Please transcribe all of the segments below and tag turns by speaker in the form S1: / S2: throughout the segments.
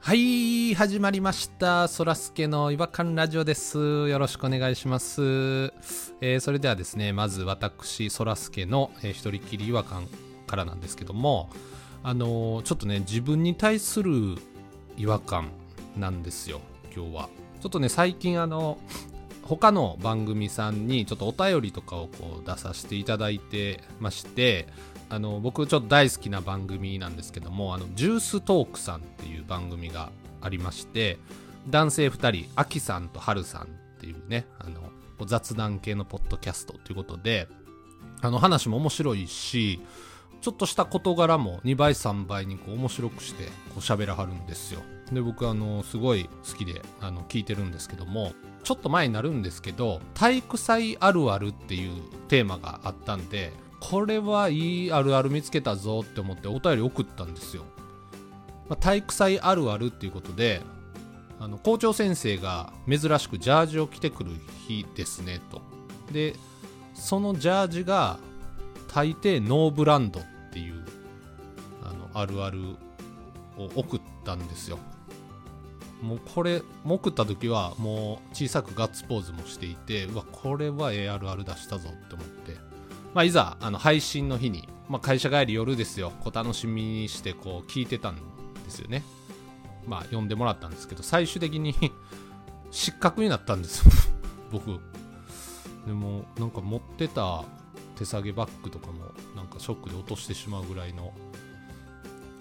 S1: はい、始まりました。そらすけの違和感ラジオです。よろしくお願いします。えーそれではですね、まず私、そらすけの、えー一人きり違和感からなんですけども、あのーちょっとね、自分に対する違和感なんですよ、今日は。ちょっとね、最近あの、他の番組さんにちょっとお便りとかをこう出させていただいてましてあの僕ちょっと大好きな番組なんですけどもあのジューストークさんっていう番組がありまして男性2人アキさんとハルさんっていうねあのこう雑談系のポッドキャストということであの話も面白いしちょっとした事柄も2倍3倍にこう面白くしてこう喋らはるんですよで僕あのすごい好きであの聞いてるんですけどもちょっと前になるんですけど体育祭あるあるっていうテーマがあったんでこれはいいあるある見つけたぞって思ってお便り送ったんですよ、まあ、体育祭あるあるっていうことであの校長先生が珍しくジャージを着てくる日ですねとでそのジャージが大抵ノーブランドっていうあのあるあるを送ったんですよもうこれもう送った時はもう小さくガッツポーズもしていてうわこれは ARR 出したぞって思って、まあ、いざあの配信の日に、まあ、会社帰り夜ですよこう楽しみにしてこう聞いてたんですよねまあ呼んでもらったんですけど最終的に 失格になったんですよ 僕でもなんか持ってた手提げバッグとかもなんかショックで落としてしまうぐらいの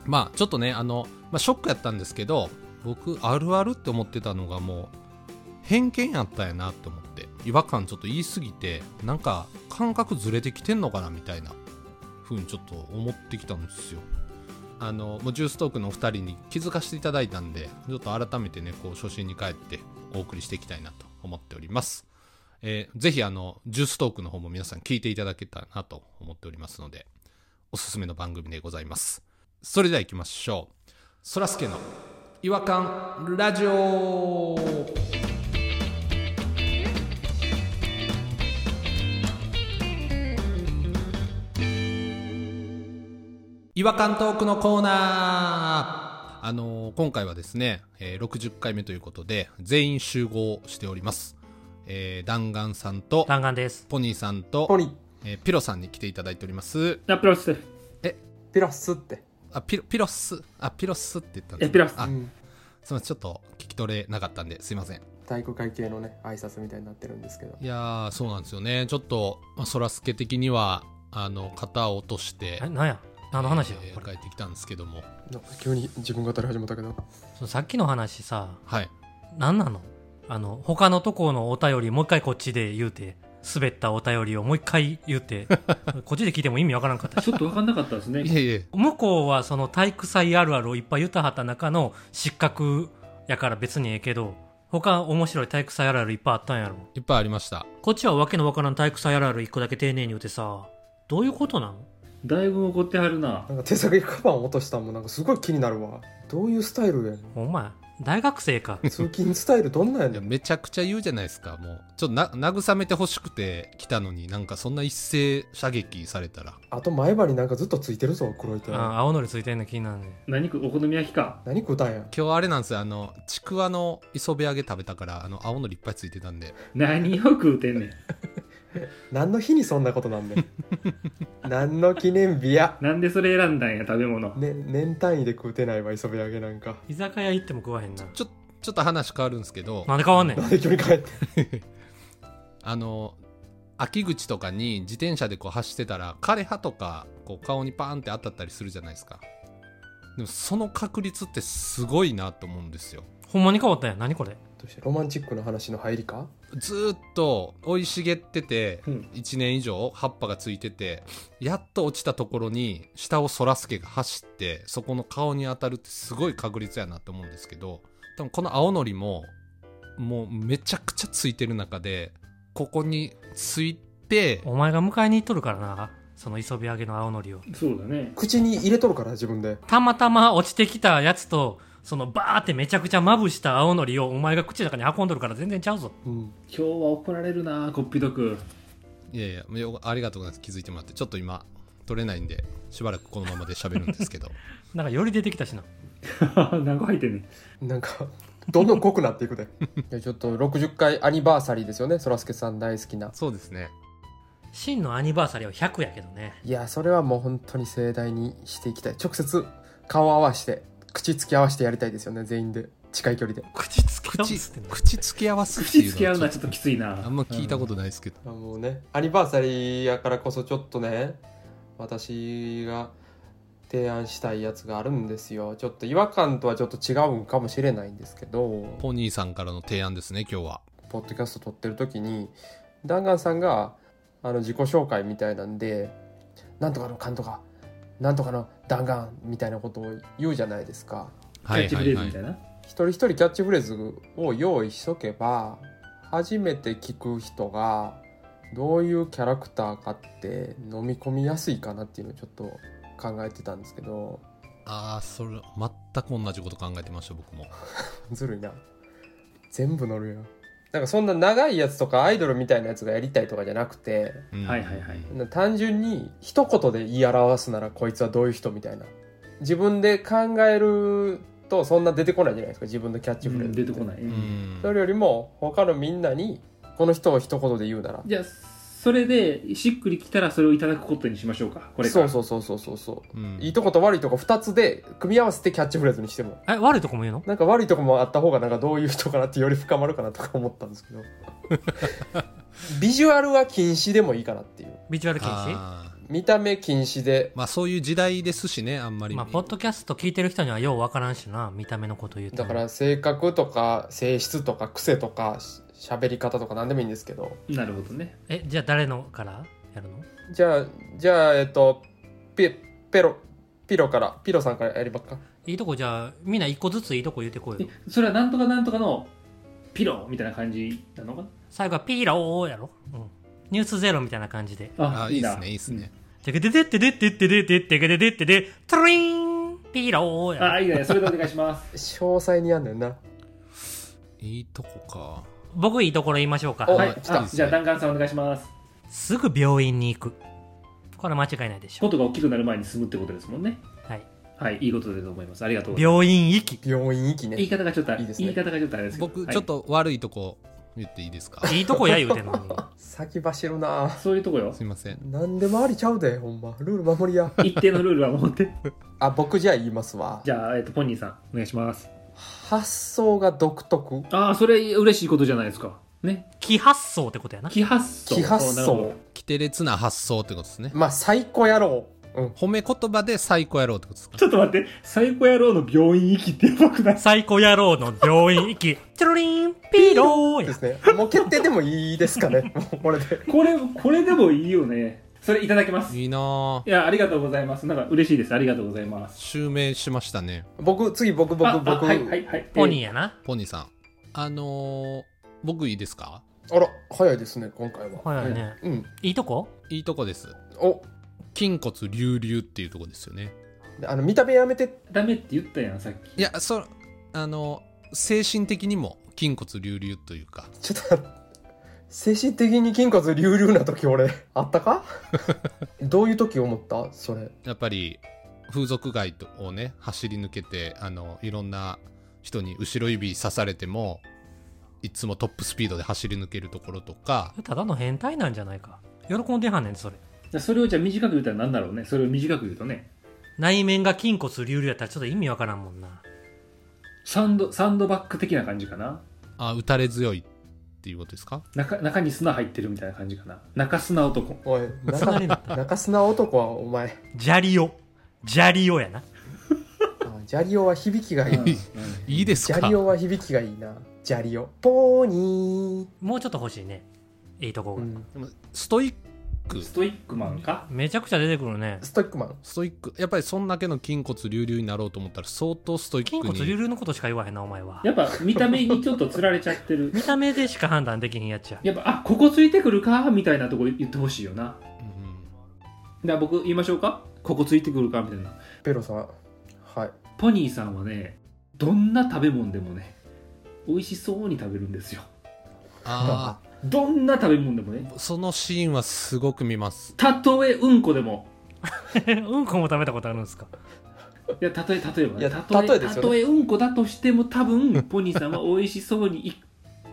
S1: まあちょっとねあの、まあ、ショックやったんですけど僕あるあるって思ってたのがもう偏見やったんやなって思って違和感ちょっと言い過ぎてなんか感覚ずれてきてんのかなみたいなふうにちょっと思ってきたんですよあのもうジューストークのお二人に気づかせていただいたんでちょっと改めてねこう初心に帰ってお送りしていきたいなと思っておりますえーぜひあのジューストークの方も皆さん聞いていただけたらなと思っておりますのでおすすめの番組でございますそれでは行きましょうそらすけの違和感ラジオ違和感トークのコーナーあのー今回はですね、えー60回目ということで全員集合しております、えー、弾丸さんと
S2: 弾丸です。
S1: ポニーさんと
S3: ポニー
S1: えーピロさんに来ていただいております
S4: いや、ピロス。
S3: ピラスって。
S1: あピロピロスあピロスって言ったんです
S4: えピロス
S1: あ
S3: うん
S1: すみませんちょっと聞き取れなかったんですいません
S3: 体育会系のね、挨拶みたいになってるんですけど。
S1: いやーそうなんですよねちょっと、まあ、そらすけ的にはあの肩を落として
S2: え、なんや何の話や、
S1: えー
S2: これ
S1: 帰ってきたんですけども
S3: なんか急に自分語り始まったけど。
S2: そのさっきの話さ、
S1: はい
S2: 何なのあの、他のとこのお便りもう一回こっちで言うて、滑ったお便りをもう一回言うて、 こっちで聞いても意味わからんかったし。
S4: ちょっと分かんなかったです
S1: い
S4: ね。
S1: えいえ
S2: 向こうはその体育祭あるあるをいっぱい言ったはった中の失格やから別にええけど、他面白い体育祭あるあるいっぱいあったんやろ。
S1: いっぱいありました
S2: こっちはわけのわからん体育祭あるある一個だけ丁寧に言うてさ、どういうことなの
S4: だいぶ怒ってはるな
S3: な。んか手先カバン落としたんもなんかすごい気になるわ。どういうスタイルやねん。
S2: お前、大学生 か。
S3: 通勤スタイルどんなんや
S1: い
S3: ね
S1: や
S3: ん。
S1: めちゃくちゃ言うじゃないですかもうちょっとな慰めてほしくて来たのになんかそんな一斉射撃されたら
S3: あと前歯になんかずっとついてるぞ、黒い手。
S2: あ青のりついてんの気になるねん。
S4: 何くお好み焼きか。
S3: 何食うたんや。
S1: 今日あれなんですよあのちくわの磯辺揚げ食べたからあの青のりいっぱいついてたんで
S4: 何を食うてんねん。
S3: 何の日にそんなことなんね ん。何の記念日や。
S4: なんでそれ選んだんや、食べ物。
S3: ね、年単位で食うてないわ、磯辺揚げなんか。
S2: 居酒屋行っても食わへんな。
S1: ちょちょっと話変わるんですけど
S2: なんで変わんねん
S3: な。んで急に帰って。
S1: あの秋口とかに自転車でこう走ってたら枯葉とかこう顔にパーンって当たったりするじゃないですかでもその確率ってすごいなと思うんですよ
S2: ほんまに変わったんや。何これ。
S3: どうしてロマンチックの話の入りか
S1: ずーっと生い茂ってて
S4: うん。
S1: 1年以上葉っぱがついててやっと落ちたところに下をそらすけが走ってそこの顔に当たるってすごい確率やなと思うんですけど多分この青のりももうめちゃくちゃついてる中でここについて
S2: お前が迎えに行っとるからな。その磯辺揚げの青のりを。
S4: そうだね。
S3: 口に入れとるから、自分で。
S2: たまたま落ちてきたやつと、そのバーってめちゃくちゃまぶした青のりをお前が口の中に運んどるから全然ちゃうぞ。
S3: うん。
S4: 今日は怒られるな、こっぴどく。
S1: いやいやよありがとうございます気づいてもらってちょっと今取れないんでしばらくこのままで喋るんですけど
S2: なんかより出てきたしな。
S4: 長入ってんね
S3: なんかどんどん濃くなっていくでいやちょっと60回アニバーサリーですよねそらすけさん大好きな
S1: そうですね
S2: 真のアニバーサリーは100やけどね。
S3: いやそれはもう本当に盛大にしていきたい直接顔合わせて口つき合わせてやりたいですよね全員で近い距離で
S2: 口つけ直
S1: 口
S2: すってな。
S1: 口つき合わすって
S4: 口
S1: いう
S4: 付き合う
S1: の
S4: の
S1: は
S4: は
S1: ちょ
S4: ちょ
S1: っ
S4: っ
S1: と
S4: ときついな
S1: あんま聞いたことないですけど、
S3: あもうねアニバーサリーやからこそちょっとね私が提案したいやつがあるんですよちょっと違和感とはちょっと違うんかもしれないんですけど
S1: ポニーさんからの提案ですね今日は
S3: ポッドキャスト撮ってる時に弾丸さんがあの自己紹介みたいなんで「なんとかの勘とかなんとかの弾丸」みたいなことを言うじゃないですか。
S4: キャッチフレーズみたいな
S3: 一人一人キャッチフレーズを用意しとけば初めて聞く人がどういうキャラクターかって飲み込みやすいかなっていうのをちょっと考えてたんですけど
S1: ああそれ全く同じこと考えてました僕も
S3: ずるいな全部乗るよなんかそんな長いやつとかアイドルみたいなやつがやりたいとかじゃなくて
S1: うん
S4: はいはいはい
S3: な単純に一言で言い表すならこいつはどういう人みたいな自分で考えるとそんな出てこないじゃないですか自分のキャッチ
S4: う
S3: フレー
S4: ん
S3: ズ
S4: 出てこない、
S1: う
S4: うん
S1: ん
S3: それよりも他のみんなにこの人を一言で言うなら
S4: じゃあそれでしっくりきたらそれをいただくことにしましょうかこれか
S3: そ
S4: ら
S3: うそうそうそうそうそううんいいとこと悪いとこ2つで組み合わせてキャッチフレーズにしても
S2: え、悪いとこも言うの
S3: なんか悪いとこもあった方がなんかどういう人かなってより深まるかなとか思ったんです けどビジュアルは禁止でもいいかなっていう
S2: ビジュアル禁止
S1: あー
S3: 見た目禁止で
S1: まあそういう時代ですしねあんまり、
S2: まあ、ポッドキャスト聞いてる人にはようわからんしな、見た目のこと言うと。
S3: だから性格とか性質とか癖とかし喋り方とか何でもいいんですけど
S4: なるほどね
S2: え、じゃあ誰のからやるの
S3: じゃあじゃあえっとピペロピロからピロさんからやりばっか
S2: いいとこじゃあ、みんな一個ずついいとこ言うてこい
S4: え
S2: よ。
S4: それはなんとかなんとかのピローみたいな感じなのか
S2: 最後はピーローやろ。うん。ニュースゼロみたいな感じで。
S1: ああいいですねいいです、
S4: なうん
S1: ね、
S2: てけててってでってってでってってけててってで、トゥルイーンピーローや
S4: あ
S2: ろ。
S4: いいねそれでお願いします
S3: 詳細にやんねんない
S1: いとこ
S2: 僕いいところ言いましょうか。
S3: お
S4: はい
S3: 来た
S4: あじゃあ弾丸さんお願いします
S2: すぐ病院に行く。これは間違いないでしょ。
S4: ことが大きくなる前に済むってことですもんね
S2: はい。
S4: はいいいことだと思いますありがとうございます
S2: 病院行き。
S3: 病院行き
S4: 言
S3: ね
S4: い方がちょっと
S3: いいですね
S4: 言い方がちょっとあれで
S1: か
S4: すけど
S1: 僕
S4: はい
S1: ちょっと悪いとこ言っていいです か、
S2: いいとこや言うてんのに。
S3: 先走るな
S4: そういうとこよ
S1: すいません
S3: なんでもありちゃうでほんまルール守りや
S4: 一定のルールは守って
S3: あ僕じゃあ言いますわ
S4: じゃあ、えっと、ポニーさんお願いします
S3: 発想が独特
S4: ああそれ嬉しいことじゃないですかね
S2: 気発想ってことやな。
S4: 気発想
S3: 気発
S4: おなるほ
S3: 想
S1: キテレツな発想ってことですね
S3: まあ最高やろううん
S1: 褒め言葉で最高やろうってことですか
S4: どちょっと待って最高野郎の病院行きってやばくない
S2: 最高野郎の病院行き。トゥルリンピーロー
S3: で
S2: や
S3: す。ねもう決定でもいいですか ねもうこれで
S4: これこれでもいいよねそれいただきますい
S1: いいなぁ
S4: やありがとうございますなんか嬉しいですありがとうございます
S1: 襲名しましたね
S3: 僕次僕僕
S4: ああ
S3: 僕
S4: はいはいはい
S2: ポニー
S4: ー
S2: やな。
S1: ポニーさんあのー僕いいですか
S3: あら早いですね今回は
S2: はいね。
S3: うん
S2: いいとこ
S1: いいとこです
S3: お
S1: 筋骨隆々っていうとこですよね
S3: あの見た目やめて
S4: ダメって言ったやんさっき
S1: いやそあの精神的にも筋骨隆々というか
S3: ちょっと 待って精神的に筋骨隆々な時俺 あっ たかどういう時思ったそれ
S1: やっぱり風俗街をね走り抜けてあのいろんな人に後ろ指刺されてもいつもトップスピードで走り抜けるところとか
S2: ただの変態なんじゃないか。喜んではんねん、それ。
S4: じゃあそれをじゃあ短く言ったら何だろうねそれを短く言うとね
S2: 内面が筋骨隆々やったらちょっと意味わからんもんな。
S4: サンドサンドバッグ的な感じかな
S1: あ打たれ強いっていうことですか
S4: 中中に砂入ってるみたいな感じかな中砂男
S3: おい
S2: そんなになっ
S3: 中中砂男はお前
S2: 砂利を。砂利をやな。
S3: あジャリオは響きがいい、
S4: うん
S1: いいです
S3: ジ
S1: か
S3: ャリオは響きがいいなジャリオポーニ
S2: もうちょっと欲しいね。いいとこ
S3: ー、う
S2: が。
S3: ん、
S1: でもストイック
S4: ストイックマンか
S2: めちゃくちゃ出てくるね。
S3: ストイックマン
S1: ストイックやっぱりそんだけの筋骨隆々になろうと思ったら相当ストイッ
S2: 筋
S1: ク
S2: 骨隆
S1: に
S2: 々のことしか言わへんな、お前は。
S4: やっぱ見た目にちょっとつられちゃってる
S2: 見た目でしか判断できへんやっ ちゃ。
S4: やっぱあここついてくるかみたいなとこ言ってほしいよな
S1: うん
S4: じゃあ僕言いましょうかここついてくるかみたいな
S3: ペロさんはい
S4: ポニーさんはねどんな食べ物でもね美味しそうに食べるんですよ
S1: あ
S4: どんな食べ物でもね
S1: あそのシーンはすごく見ます
S4: たとえうんこでも
S2: うんこも食べたことあるんですか
S4: いや例え例えば
S3: いや
S4: ね
S3: 例えですよね
S4: 例えうんこだとしても多分ポニーさんは美味しそうに一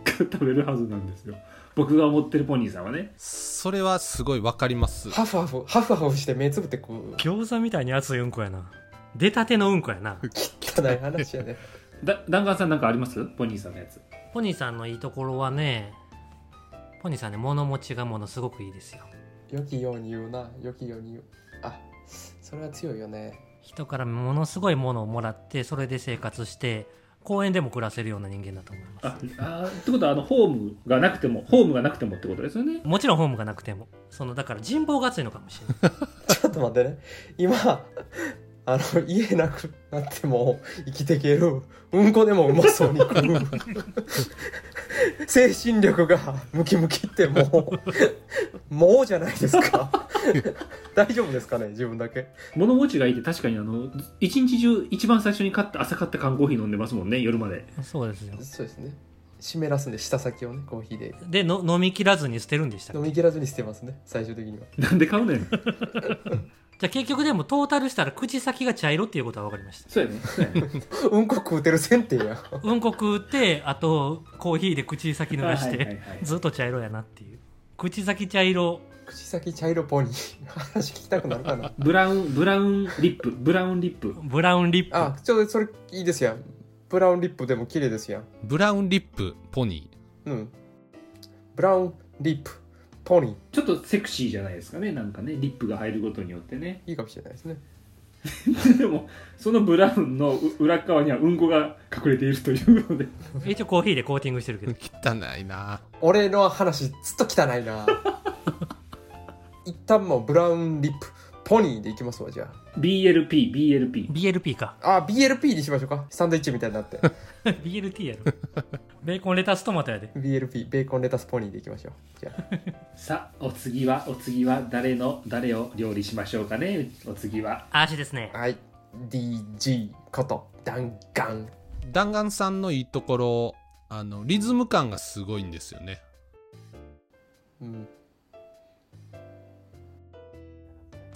S4: 回食べるはずなんですよ 僕が思ってるポニーさんはね
S1: それはすごいわかります
S3: ハフハフハフハフして目つぶって食う
S2: 餃子みたいに熱いうんこやな出たてのうんこやな
S3: 汚い話やね
S4: だ弾丸さんなんかありますポニーさんのやつ
S2: ポニーさんのいいところはねポニーさんね物持ちがものすごくいいですよ
S3: 良きように言うな良きように言うあそれは強いよね
S2: 人からものすごいものをもらってそれで生活して公園でも暮らせるような人間だと思います
S4: ああってことはあのホームがなくてもホームがなくてもってことですよね
S2: もちろんホームがなくてもそのだから人望が厚いのかもしれない
S3: ちょっと待ってね今あの家なくなっても生きていけるうんこでもうまそうに食う精神力がムキムキってもうもうじゃないですか大丈夫ですかね自分だけ
S4: 物持ちがいいって確かにあの一日中一番最初に買った朝買った缶コーヒー飲んでますもんね夜まで
S2: そうですよ
S3: そうですね湿らすんで舌先をねコーヒーで
S2: での飲み切らずに捨てるんでしたっ
S3: 飲
S2: け
S3: み切らずに捨てますね最終的には
S4: なんで買うねん
S2: じゃあ結局でもトータルしたら口先が茶色っていうことは分かりました
S4: そうやねそうや ね
S3: うんこ食うてるせんてや
S2: うんこ食うてあとコーヒーで口先濡らし
S4: はいはい
S2: て
S4: はいはい
S2: ずっと茶色やなっていう口先茶色
S3: 口先茶色ポニー話聞きたくなるかな
S4: ブラウンブラウンリップブラウンリップ
S2: ブラウンリップ
S3: あちょうどそれいいですやんブラウンリップでも綺麗ですやん
S1: ブラウンリップポニ
S3: うん。ブラウンリップ、ポニー、
S4: ちょっとセクシーじゃないですかねなんかねリップが入ることによってね
S3: いいかもしれないですね。
S4: でもそのブラウンのう裏側にはうんこが隠れているというので
S2: 一応コーヒーでコーティングしてるけど
S1: ー汚いな
S3: 俺の話、ずっと汚いな。一旦もうブラウンリップ、ポニーでいきますわ、じゃ
S4: BLPBLP BLP
S2: BLP か
S3: あ。あ、BLP にしましょうか。サンドイッチみたいになって。
S2: BLT やろ ベーコンレタストマトやで
S3: BLP、ベーコンレタスポニーでいきましょう。じゃあ。
S4: さあお次はお次は誰の誰を料理しましょうかねお次は
S2: 足ですね
S3: はい。DG こと、弾丸。
S1: 弾丸さんのいいところあのリズム感がすごいんですよね
S3: うん。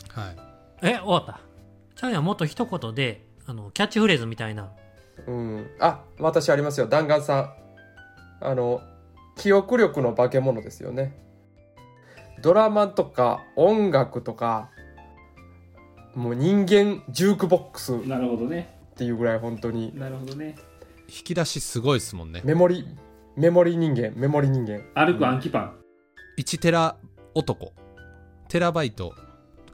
S1: はい
S2: え終わったちゃうやんもっと一言であのキャッチフレーズみたいな
S3: うん。あ、私ありますよ。弾丸さん。あの、記憶力の化け物ですよね。ドラマとか音楽とか、もう人間ジュークボックスっ
S4: なるほどね
S3: ていうぐらい本当に
S4: なるほどね
S1: 引き出しすごいですもんね
S3: メモリ、メモリ人間、メモリ人間。
S4: 歩く暗記パン、
S1: 1テラ男テラバイト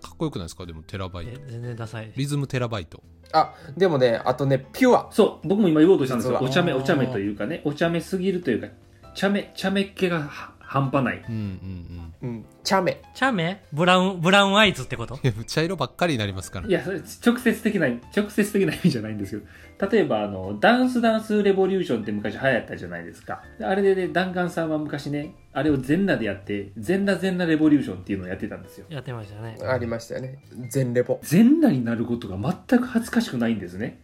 S1: かっこよくないですかでもテラバイ
S2: え
S1: ト
S2: 全然ダサい
S1: リズムテラバイト
S3: あ、でもね、あとね、ピュア。
S4: そう僕も今言おうとしたんです
S3: 実
S4: よ
S3: は
S4: お茶目
S1: あー
S4: お茶目というかねお茶目すぎるというか茶目茶目っ気がは半端ない
S1: うんうんうん
S3: うん、チャメ。
S2: チャメブラウンブラウンアイズってこと
S1: いや茶色ばっかりになりますから
S4: いやそれ直接的な直接的な意味じゃないんですけど例えばあのダンスダンスレボリューションって昔流行ったじゃないですかであれでね弾丸さんは昔ねあれを全裸でやって全裸全裸レボリューションっていうのをやってたんですよ
S2: やってましたね
S3: ありましたよね。全レポ。
S4: 全裸になることが全く恥ずかしくないんですね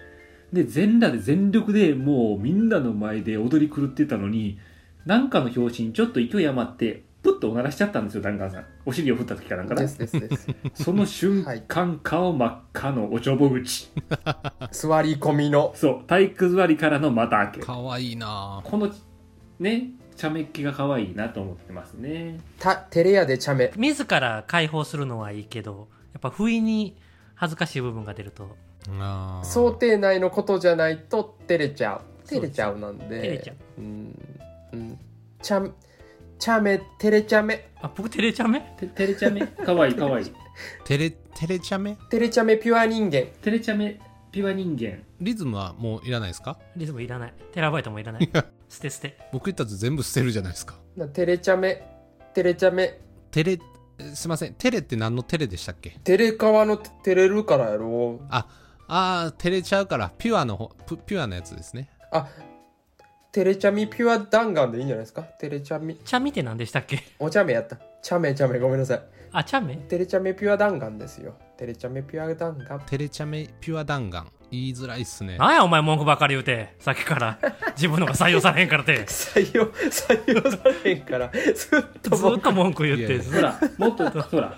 S4: で全裸で全力でもうみんなの前で踊り狂ってたのになんかの拍子にちょっと勢い余ってプッとおならしちゃったんですよ弾丸さんお尻を振った時かなんか
S3: で
S4: な
S3: すですです。
S4: その瞬間、顔真っ赤のおちょぼ口
S3: 座り込みの。
S4: そう体育座りからの股開け
S1: かわいいな
S4: このね茶目っ気が可愛いなと思ってますね
S3: た、テレアでチャメ。
S2: 自ら解放するのはいいけどやっぱ不意に恥ずかしい部分が出ると
S1: あー
S3: 想定内のことじゃないと照れちゃう照れちゃうなんで
S2: 照れちゃう
S3: うんうんちゃちゃめ照れちゃめ
S2: あ僕テレチャメ
S4: てテレチャメ可 愛い可愛い
S1: テレテレチャメ
S3: 照れちゃめピュア人間
S4: テレチャメピュア人間
S1: リズムはもういらないですか
S2: リズムいらないテラバイトもいらない捨て捨て
S1: 僕言ったやつ全部捨てるじゃないですか
S3: な照れちゃめ照れちゃめ
S1: テレすいませんテレって何のテレでしたっけ
S3: 照れ革の照れるからやろ
S1: ああーテレちゃうからピュアのほピュピュアのやつですね
S3: あ照れちゃみピュア弾丸でいいんじゃないですか照れちゃみ
S2: チャミって何でしたっけ
S3: おちゃめやったちゃめちゃめごめんなさい
S2: あチャメ
S3: 照れちゃめピュア弾丸ですよ照れちゃめピュア弾丸
S1: テレチャメピュア弾丸言いづらいっすね
S2: なんやお前文句ばっかり言うてさっきから自分のが採用されへんからてず
S3: 採用採用されへんからずっと
S2: っと文句言っ
S1: いやい
S2: て
S1: や
S2: ずっ
S4: ほらもっとほら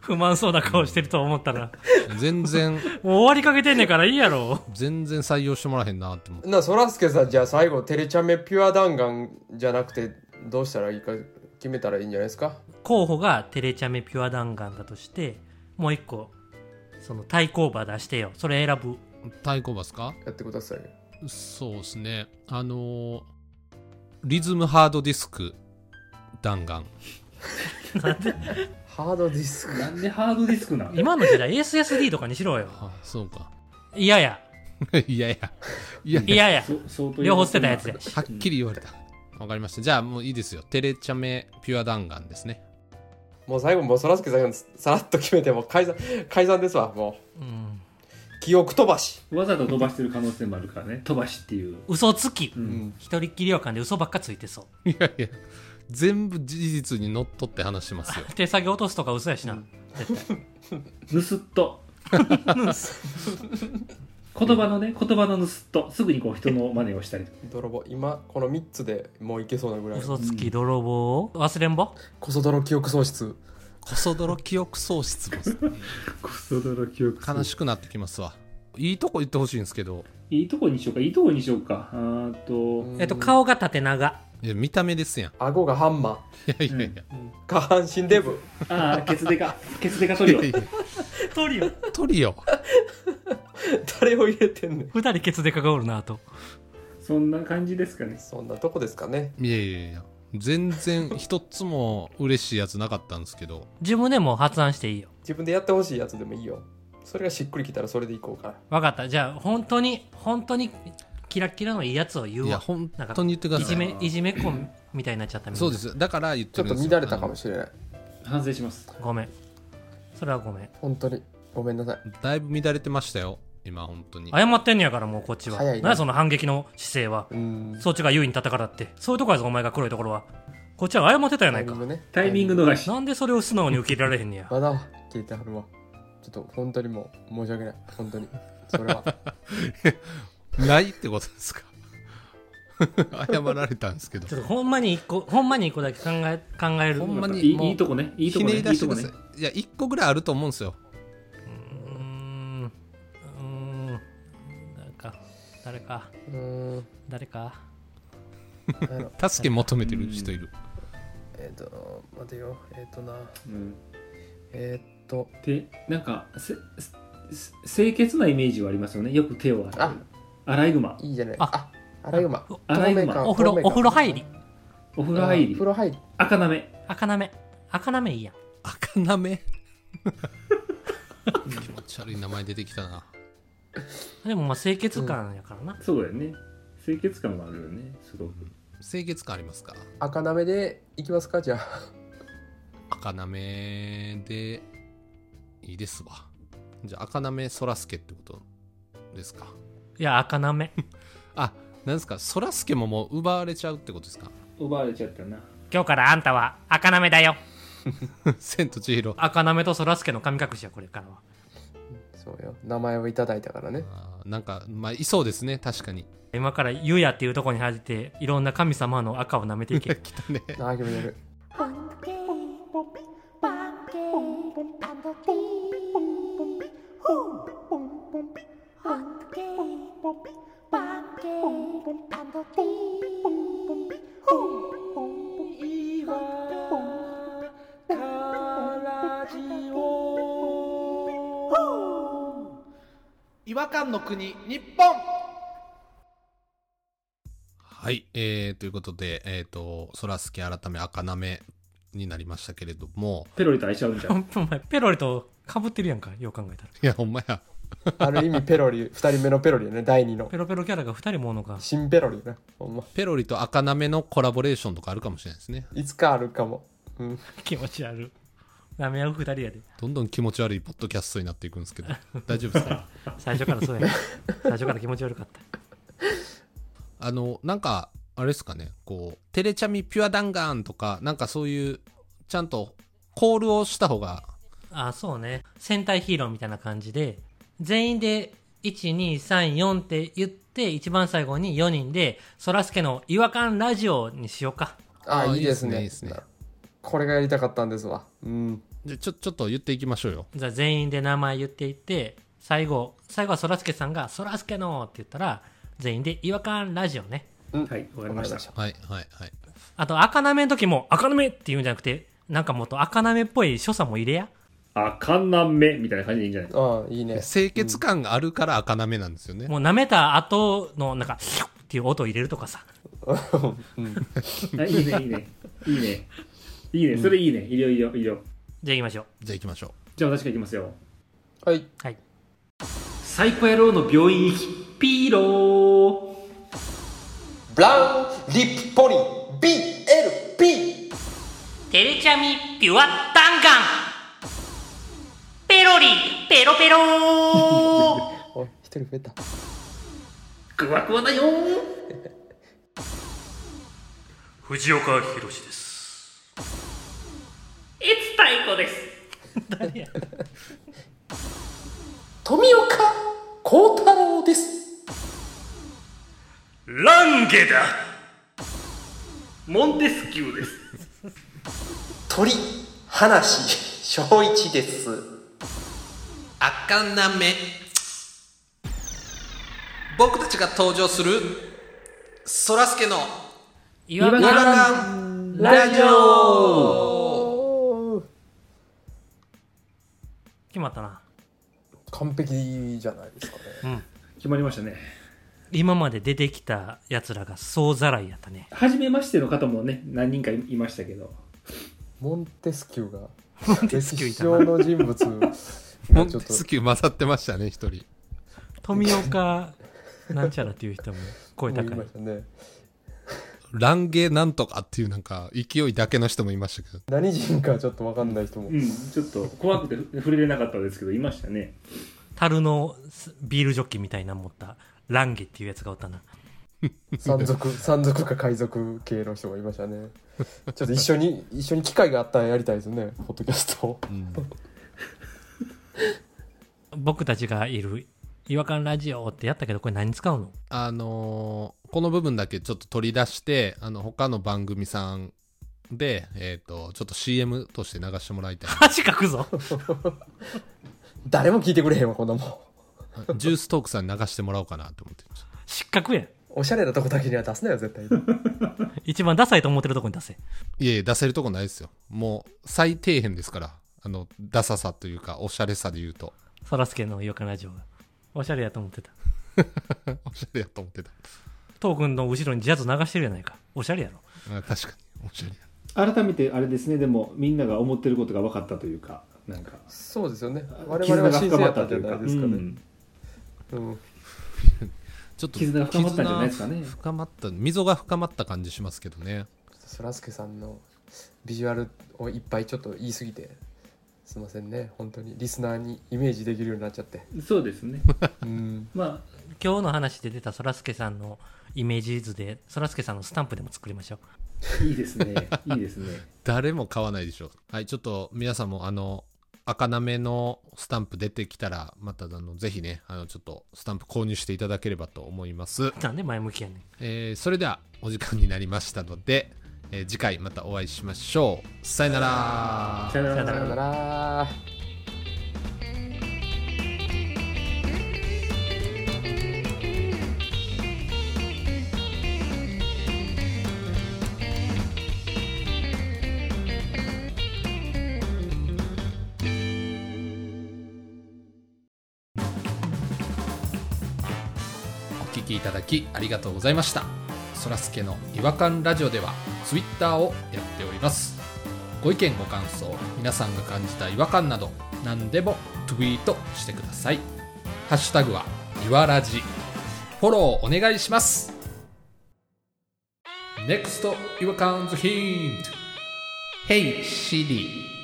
S2: 不満そうな顔してると思ったら、
S1: 全然、
S2: もう終わりかけてんねんからいいやろ。
S1: 全然採用してもらえへんなって思って。
S3: な、そらすけさん、じゃあ最後、テレチャメピュア弾丸じゃなくて、どうしたらいいか決めたらいいんじゃないですか
S2: 候補がテレチャメピュア弾丸だとして、もう一個、その対抗馬出してよ。それ選ぶ。
S1: 太鼓バスか
S3: やってください。
S1: そうですね。あのーリズムハードディスク弾丸。
S3: ハードディスク。
S4: なんでハードディスクなん
S2: 今の時代 SSD とかにしろよ。
S1: あ、そうか。
S2: いやや。
S1: いやいや。いやい
S2: い
S1: や。
S2: やや。
S4: そ相当
S2: 両方捨てたやつや。
S1: はっきり言われた。わかりました。じゃあもういいですよ。テレチャメピュア弾丸ですね。
S3: もう最後、もうそらすけさん、 さらっと決めて、もう解散、解散ですわ、も
S2: うん。
S3: う。記憶飛ばし。
S4: わざと飛ばしてる可能性もあるからね飛ばしっていう、
S2: 嘘つき。
S4: う、
S3: うんん。
S2: 一人っきりはかんで嘘ばっかついてそ
S1: いやいや。全部事実にのっとって話してますよ。
S2: う。手下げ落とすとか嘘やしな。絶 対。
S4: ぬすっ と
S2: うんす
S4: 言葉のね言葉のぬすっとすぐにこう人の真似をしたりとか
S3: 泥棒。今、この3つでもういけそうなぐらい。
S2: 嘘つき、泥棒、忘れんぼ
S3: こそ泥記憶喪失。
S1: こそどろ記憶喪失も
S4: クソだら記憶
S1: 悲しくなってきますわ。いいとこ言ってほしいんですけど、
S4: いいとこにしようかいいとこにしようかあーっと
S2: えっと、顔
S3: 顔。
S2: が縦長。
S1: いや見た目ですやん。い
S3: 顎がハンマ
S1: やいやいや。
S3: ー。下半身デブ。
S4: ああケツデカケツデカトリオ
S1: いやいや
S2: トリオ。
S1: トリオ。
S3: 誰を入れてんねん。
S2: 二人ケツでかかおるなと。
S4: そんな感じですかね
S3: そんなとこですかね。
S1: いやいやいや。全然一つも嬉しいやつなかったんですけど。
S2: 自分でも発案していいよ。
S3: 自分でやってほしいやつでもいいよ。それがしっくりきたらそれでいこうから。
S2: わかった。じゃあ、本当に、本当に、キラッキラのいいやつを言う
S1: いや、
S2: わ。
S1: 本当に言ってくだ
S2: い
S1: さ
S2: じ
S1: い。
S2: め、いじめっ子みたいになっちゃったみた
S1: そ
S2: いな
S1: うで。す。だから言っ
S3: ち
S1: て
S3: ょっ
S1: るんで
S3: と
S1: す
S3: 乱
S1: よ
S3: れたかもしれない。
S4: 反省します
S2: ごめん。それはごめん。
S3: 本当に。ごめんなさい。
S1: あのだいぶ乱れてましたよ。今、本当に。
S2: 謝ってんねやから、もうこっちは。
S3: 早いね
S2: なんやその反撃の姿勢は。
S3: うん。
S2: そっちが優位に立ったからって。そういうとこやぞ、お前が黒いところは。こっちは謝ってたやないか。
S3: ね。
S4: タイミング逃し
S2: なんでそれを素直に受け入れられへんねや。
S3: まだ聞いてはるわ。ちょっと本当にもう申し訳ない。本当に。それは。
S1: ないってことですか。 謝られたんですけど
S2: ち。ょっとほんまに一個、ほんまに一個だけ考え、考える。
S1: ほんまに
S4: いい
S1: もう
S4: いいとこねいいと
S1: ひ
S4: こ
S1: ね
S4: ね
S1: り
S4: い
S1: 出
S4: い
S1: して
S4: とこ
S1: くだ
S4: ね
S1: さい。いや、一個ぐらいあると思うんですよ。
S2: うーん。うーん。誰か。誰か。
S3: うーん。
S2: 誰か。
S3: あの、
S1: 助け求めてる人いる。
S3: えっ、と、待てよ。えっ、とな。
S4: うん
S3: えっ、と、
S4: でなんかせせ清潔なイメージはありますよねよく手を洗うアライグマ
S3: いいじゃない。
S2: あ
S3: あ、アライグマ。
S2: お
S4: アライグマ
S3: 透明感
S2: お風呂、
S3: 透明
S2: お
S3: 感
S2: 風呂入り。
S4: お風呂入
S3: あ
S4: り
S3: 風呂入り。
S4: 赤なめ
S2: 赤なめ。赤なめいいやん。
S1: 赤なめ。 気持ち悪い名前出てきたな。
S2: でもまあ清潔感やからな。
S4: そうだよね清潔感もあるよねすごく
S1: 清潔感ありますか
S3: 赤なめで行きますかじゃあ。
S1: 赤なめで、いいですわ。じゃあ、赤なめそらすけってことですか。
S2: いや、赤なめ。
S1: あ、なんですか、そらすけももう奪われちゃうってことですか
S4: 奪われちゃったな
S2: 今日からあんたは赤なめだよ。
S1: 千と千尋。
S2: 赤なめとそらすけの神隠しや、これからは。
S3: そうよ。名前をいただいたからね。
S1: あーなんか、まあ、いそうですね、確かに。
S2: 今から湯やっていうところに入って、いろんな神様の赤を舐めていけ。
S1: 来たね。
S3: ああ、決めてる。
S5: Hunky,
S6: 違和感の国日本
S1: はい、えー、ということで、えっ、と、そらすけ改め赤なめになりましたけれども、
S4: ペロリと愛しちゃうんじ ゃん
S2: お前、ペロリと被ってるやんか、よう考えたら。
S1: いや、ほんまや。
S3: ある意味ペロリ、二人目のペロリやね。第二の。
S2: ペロペロキャラが2人もおんのか。
S3: 新ペロリやな。ほんま。
S1: ペロリと赤なめのコラボレーションとかあるかもしれないですね。
S3: いつかあるかも。うん。
S2: 気持ち悪い。舐め合う2人やで。
S1: どんどん気持ち悪いポッドキャストになっていくんですけど、 大丈夫ですか
S2: 最初からそうや。最初から気持ち悪かった。
S1: あの、なんか、あれですかね、こう、テレチャミピュア弾丸とか、なんかそういう、ちゃんとコールをした方が、
S2: あそうね戦隊ヒーローみたいな感じで全員で1234って言って一番最後に4人でそらすけの「違和感ラジオ」にしようか
S1: あ
S3: ああ、
S1: ー
S3: いいですね。
S1: いいですねいいです
S3: これがやりたかったんですわ。うん。
S1: じゃちょちょっと言っていきましょうよ
S2: じゃあ全員で名前言っていって、最後、最後はそらすけさんが、そらすけのーって言ったら、全員で違和感ラジオね。
S4: はい、わかりました。
S1: はいはいはい
S2: あと、赤なめの時も、赤なめって言うんじゃなくて、なんかもっと赤なめっぽい所作も入れや。
S4: 赤なめみたいな感じでいいんじゃないですか。
S3: ああいいね
S1: 清潔感があるから赤なめなんですよね、
S2: もう舐めた後の、なんか、っていう音を入れるとかさ。
S4: あいいね、いいね。いいね。いいね、それいいね。いいよ、いいよ、いいよ。
S2: じゃあ行きましょう。
S1: じゃあ行きましょ
S4: じゃあ私からいきますよ。
S3: はい
S2: はい。
S4: サイコ野郎の病院行き、ピーロー。
S6: ブラウンリップポリ BLP
S2: テレチャミピュア弾丸ペロリペロペロ ー
S3: おい一人増えた
S4: グワグワだよー。
S2: 藤岡弘です
S5: いつ太鼓です
S6: 富岡幸太郎です
S5: ランゲだモンテスキューです
S6: 鳥話小一です
S1: 赤なめ僕たちが登場するそらすけの
S2: 違和感
S1: ンラジオ
S2: 決まったな
S3: 完璧じゃないですかね
S4: 決まりましたね。
S2: 今まで出てきたやつらが総ざらいやったね
S4: 初めましての方もね、何人かいましたけど。
S3: モンテスキューが
S2: モンテスキューい
S3: 歴史
S2: たな
S3: 上の人物
S1: モ
S3: が
S1: ン
S3: ち
S1: テ
S3: ょっと
S1: スキュー混ざってましたね一人
S2: 富岡なんちゃらっていう人も声
S3: もう言
S2: 高
S3: い
S2: い
S3: ましたね
S1: ランゲなんとかっていうなんか勢いだけの人もいましたけど
S3: 何人かちょっと分かんない人も
S4: うん、ちょっと怖くてふ触れれなかったですけど、いましたね。
S2: 樽のビールジョッキみたいなの持ったランゲっていうやつがおったな
S3: 山賊山賊か海賊系の人がいましたねちょっと一緒に一緒に機会があったらやりたいですねポッドキャストを
S2: 僕たちがいる違和感ラジオってやったけどこれ何に使うの
S1: あのーこの部分だけちょっと取り出してあの他の番組さんで、えー、とちょっと CM として流してもらいたい
S2: 恥かくぞ
S3: 誰も聞いてくれへんわこんなもん
S1: ジューストークさんに流してもらおうかなと思ってます
S2: 失格やん
S3: おしゃれなとこだけには出すなよ絶対
S2: 一番ダサいと思ってるとこに出せ
S1: いえいえ出せるとこないですよもう最底辺ですからあのダサさというかおしゃれさで言うと
S2: そらすけの違和感ラジオがおしゃれやと思ってた
S1: おしゃれやと思ってた
S2: トー君の後ろにジャズ流してるやないかおしゃれやろ
S1: あ確かにおしゃれや
S4: 改めてあれですね、でもみんなが思ってることが分かったというか、なんか、
S3: そうですよね我
S4: 絆
S3: 々
S4: が
S3: は
S4: 深
S3: 新鮮
S4: ま
S3: や
S4: っ
S3: った
S4: た
S3: ん
S4: と
S3: じゃ
S4: いう
S3: ない、
S4: か
S3: ですか
S4: う
S3: ね、
S4: ん
S3: うん
S1: ちょっと
S4: 絆が深まったんじゃないですかね
S1: 絆深まった溝が深まった感じしますけどね
S3: そらすけさんのビジュアルをいっぱいちょっと言い過ぎてすいませんね本当にリスナーにイメージできるようになっちゃって
S4: そうですね。
S3: うん
S4: ま
S2: 今日の話で出たそらすけさんのイメージ図でそらすけさんのスタンプでも作りましょう
S4: あ、いいですね。いいです ね。
S1: 誰も買わないでしょはいちょっと皆さんもあの赤なめのスタンプ出てきたらまたあのぜひねあのちょっとスタンプ購入していただければと思います、
S2: なんで前向きやねん
S1: えーそれではお時間になりましたので、えー次回またお会いしましょうさよなら
S4: さよな
S2: さ
S4: ら
S2: よ
S3: さ。よなら
S1: お聞きいただきありがとうございましたそらすけの違和感ラジオではツイッターをやっておりますご意見ご感想皆さんが感じた違和感など何でもツイートしてくださいハッシュタグはいわらじフォローお願いします NEXT 違和感ズヒント Hey Siri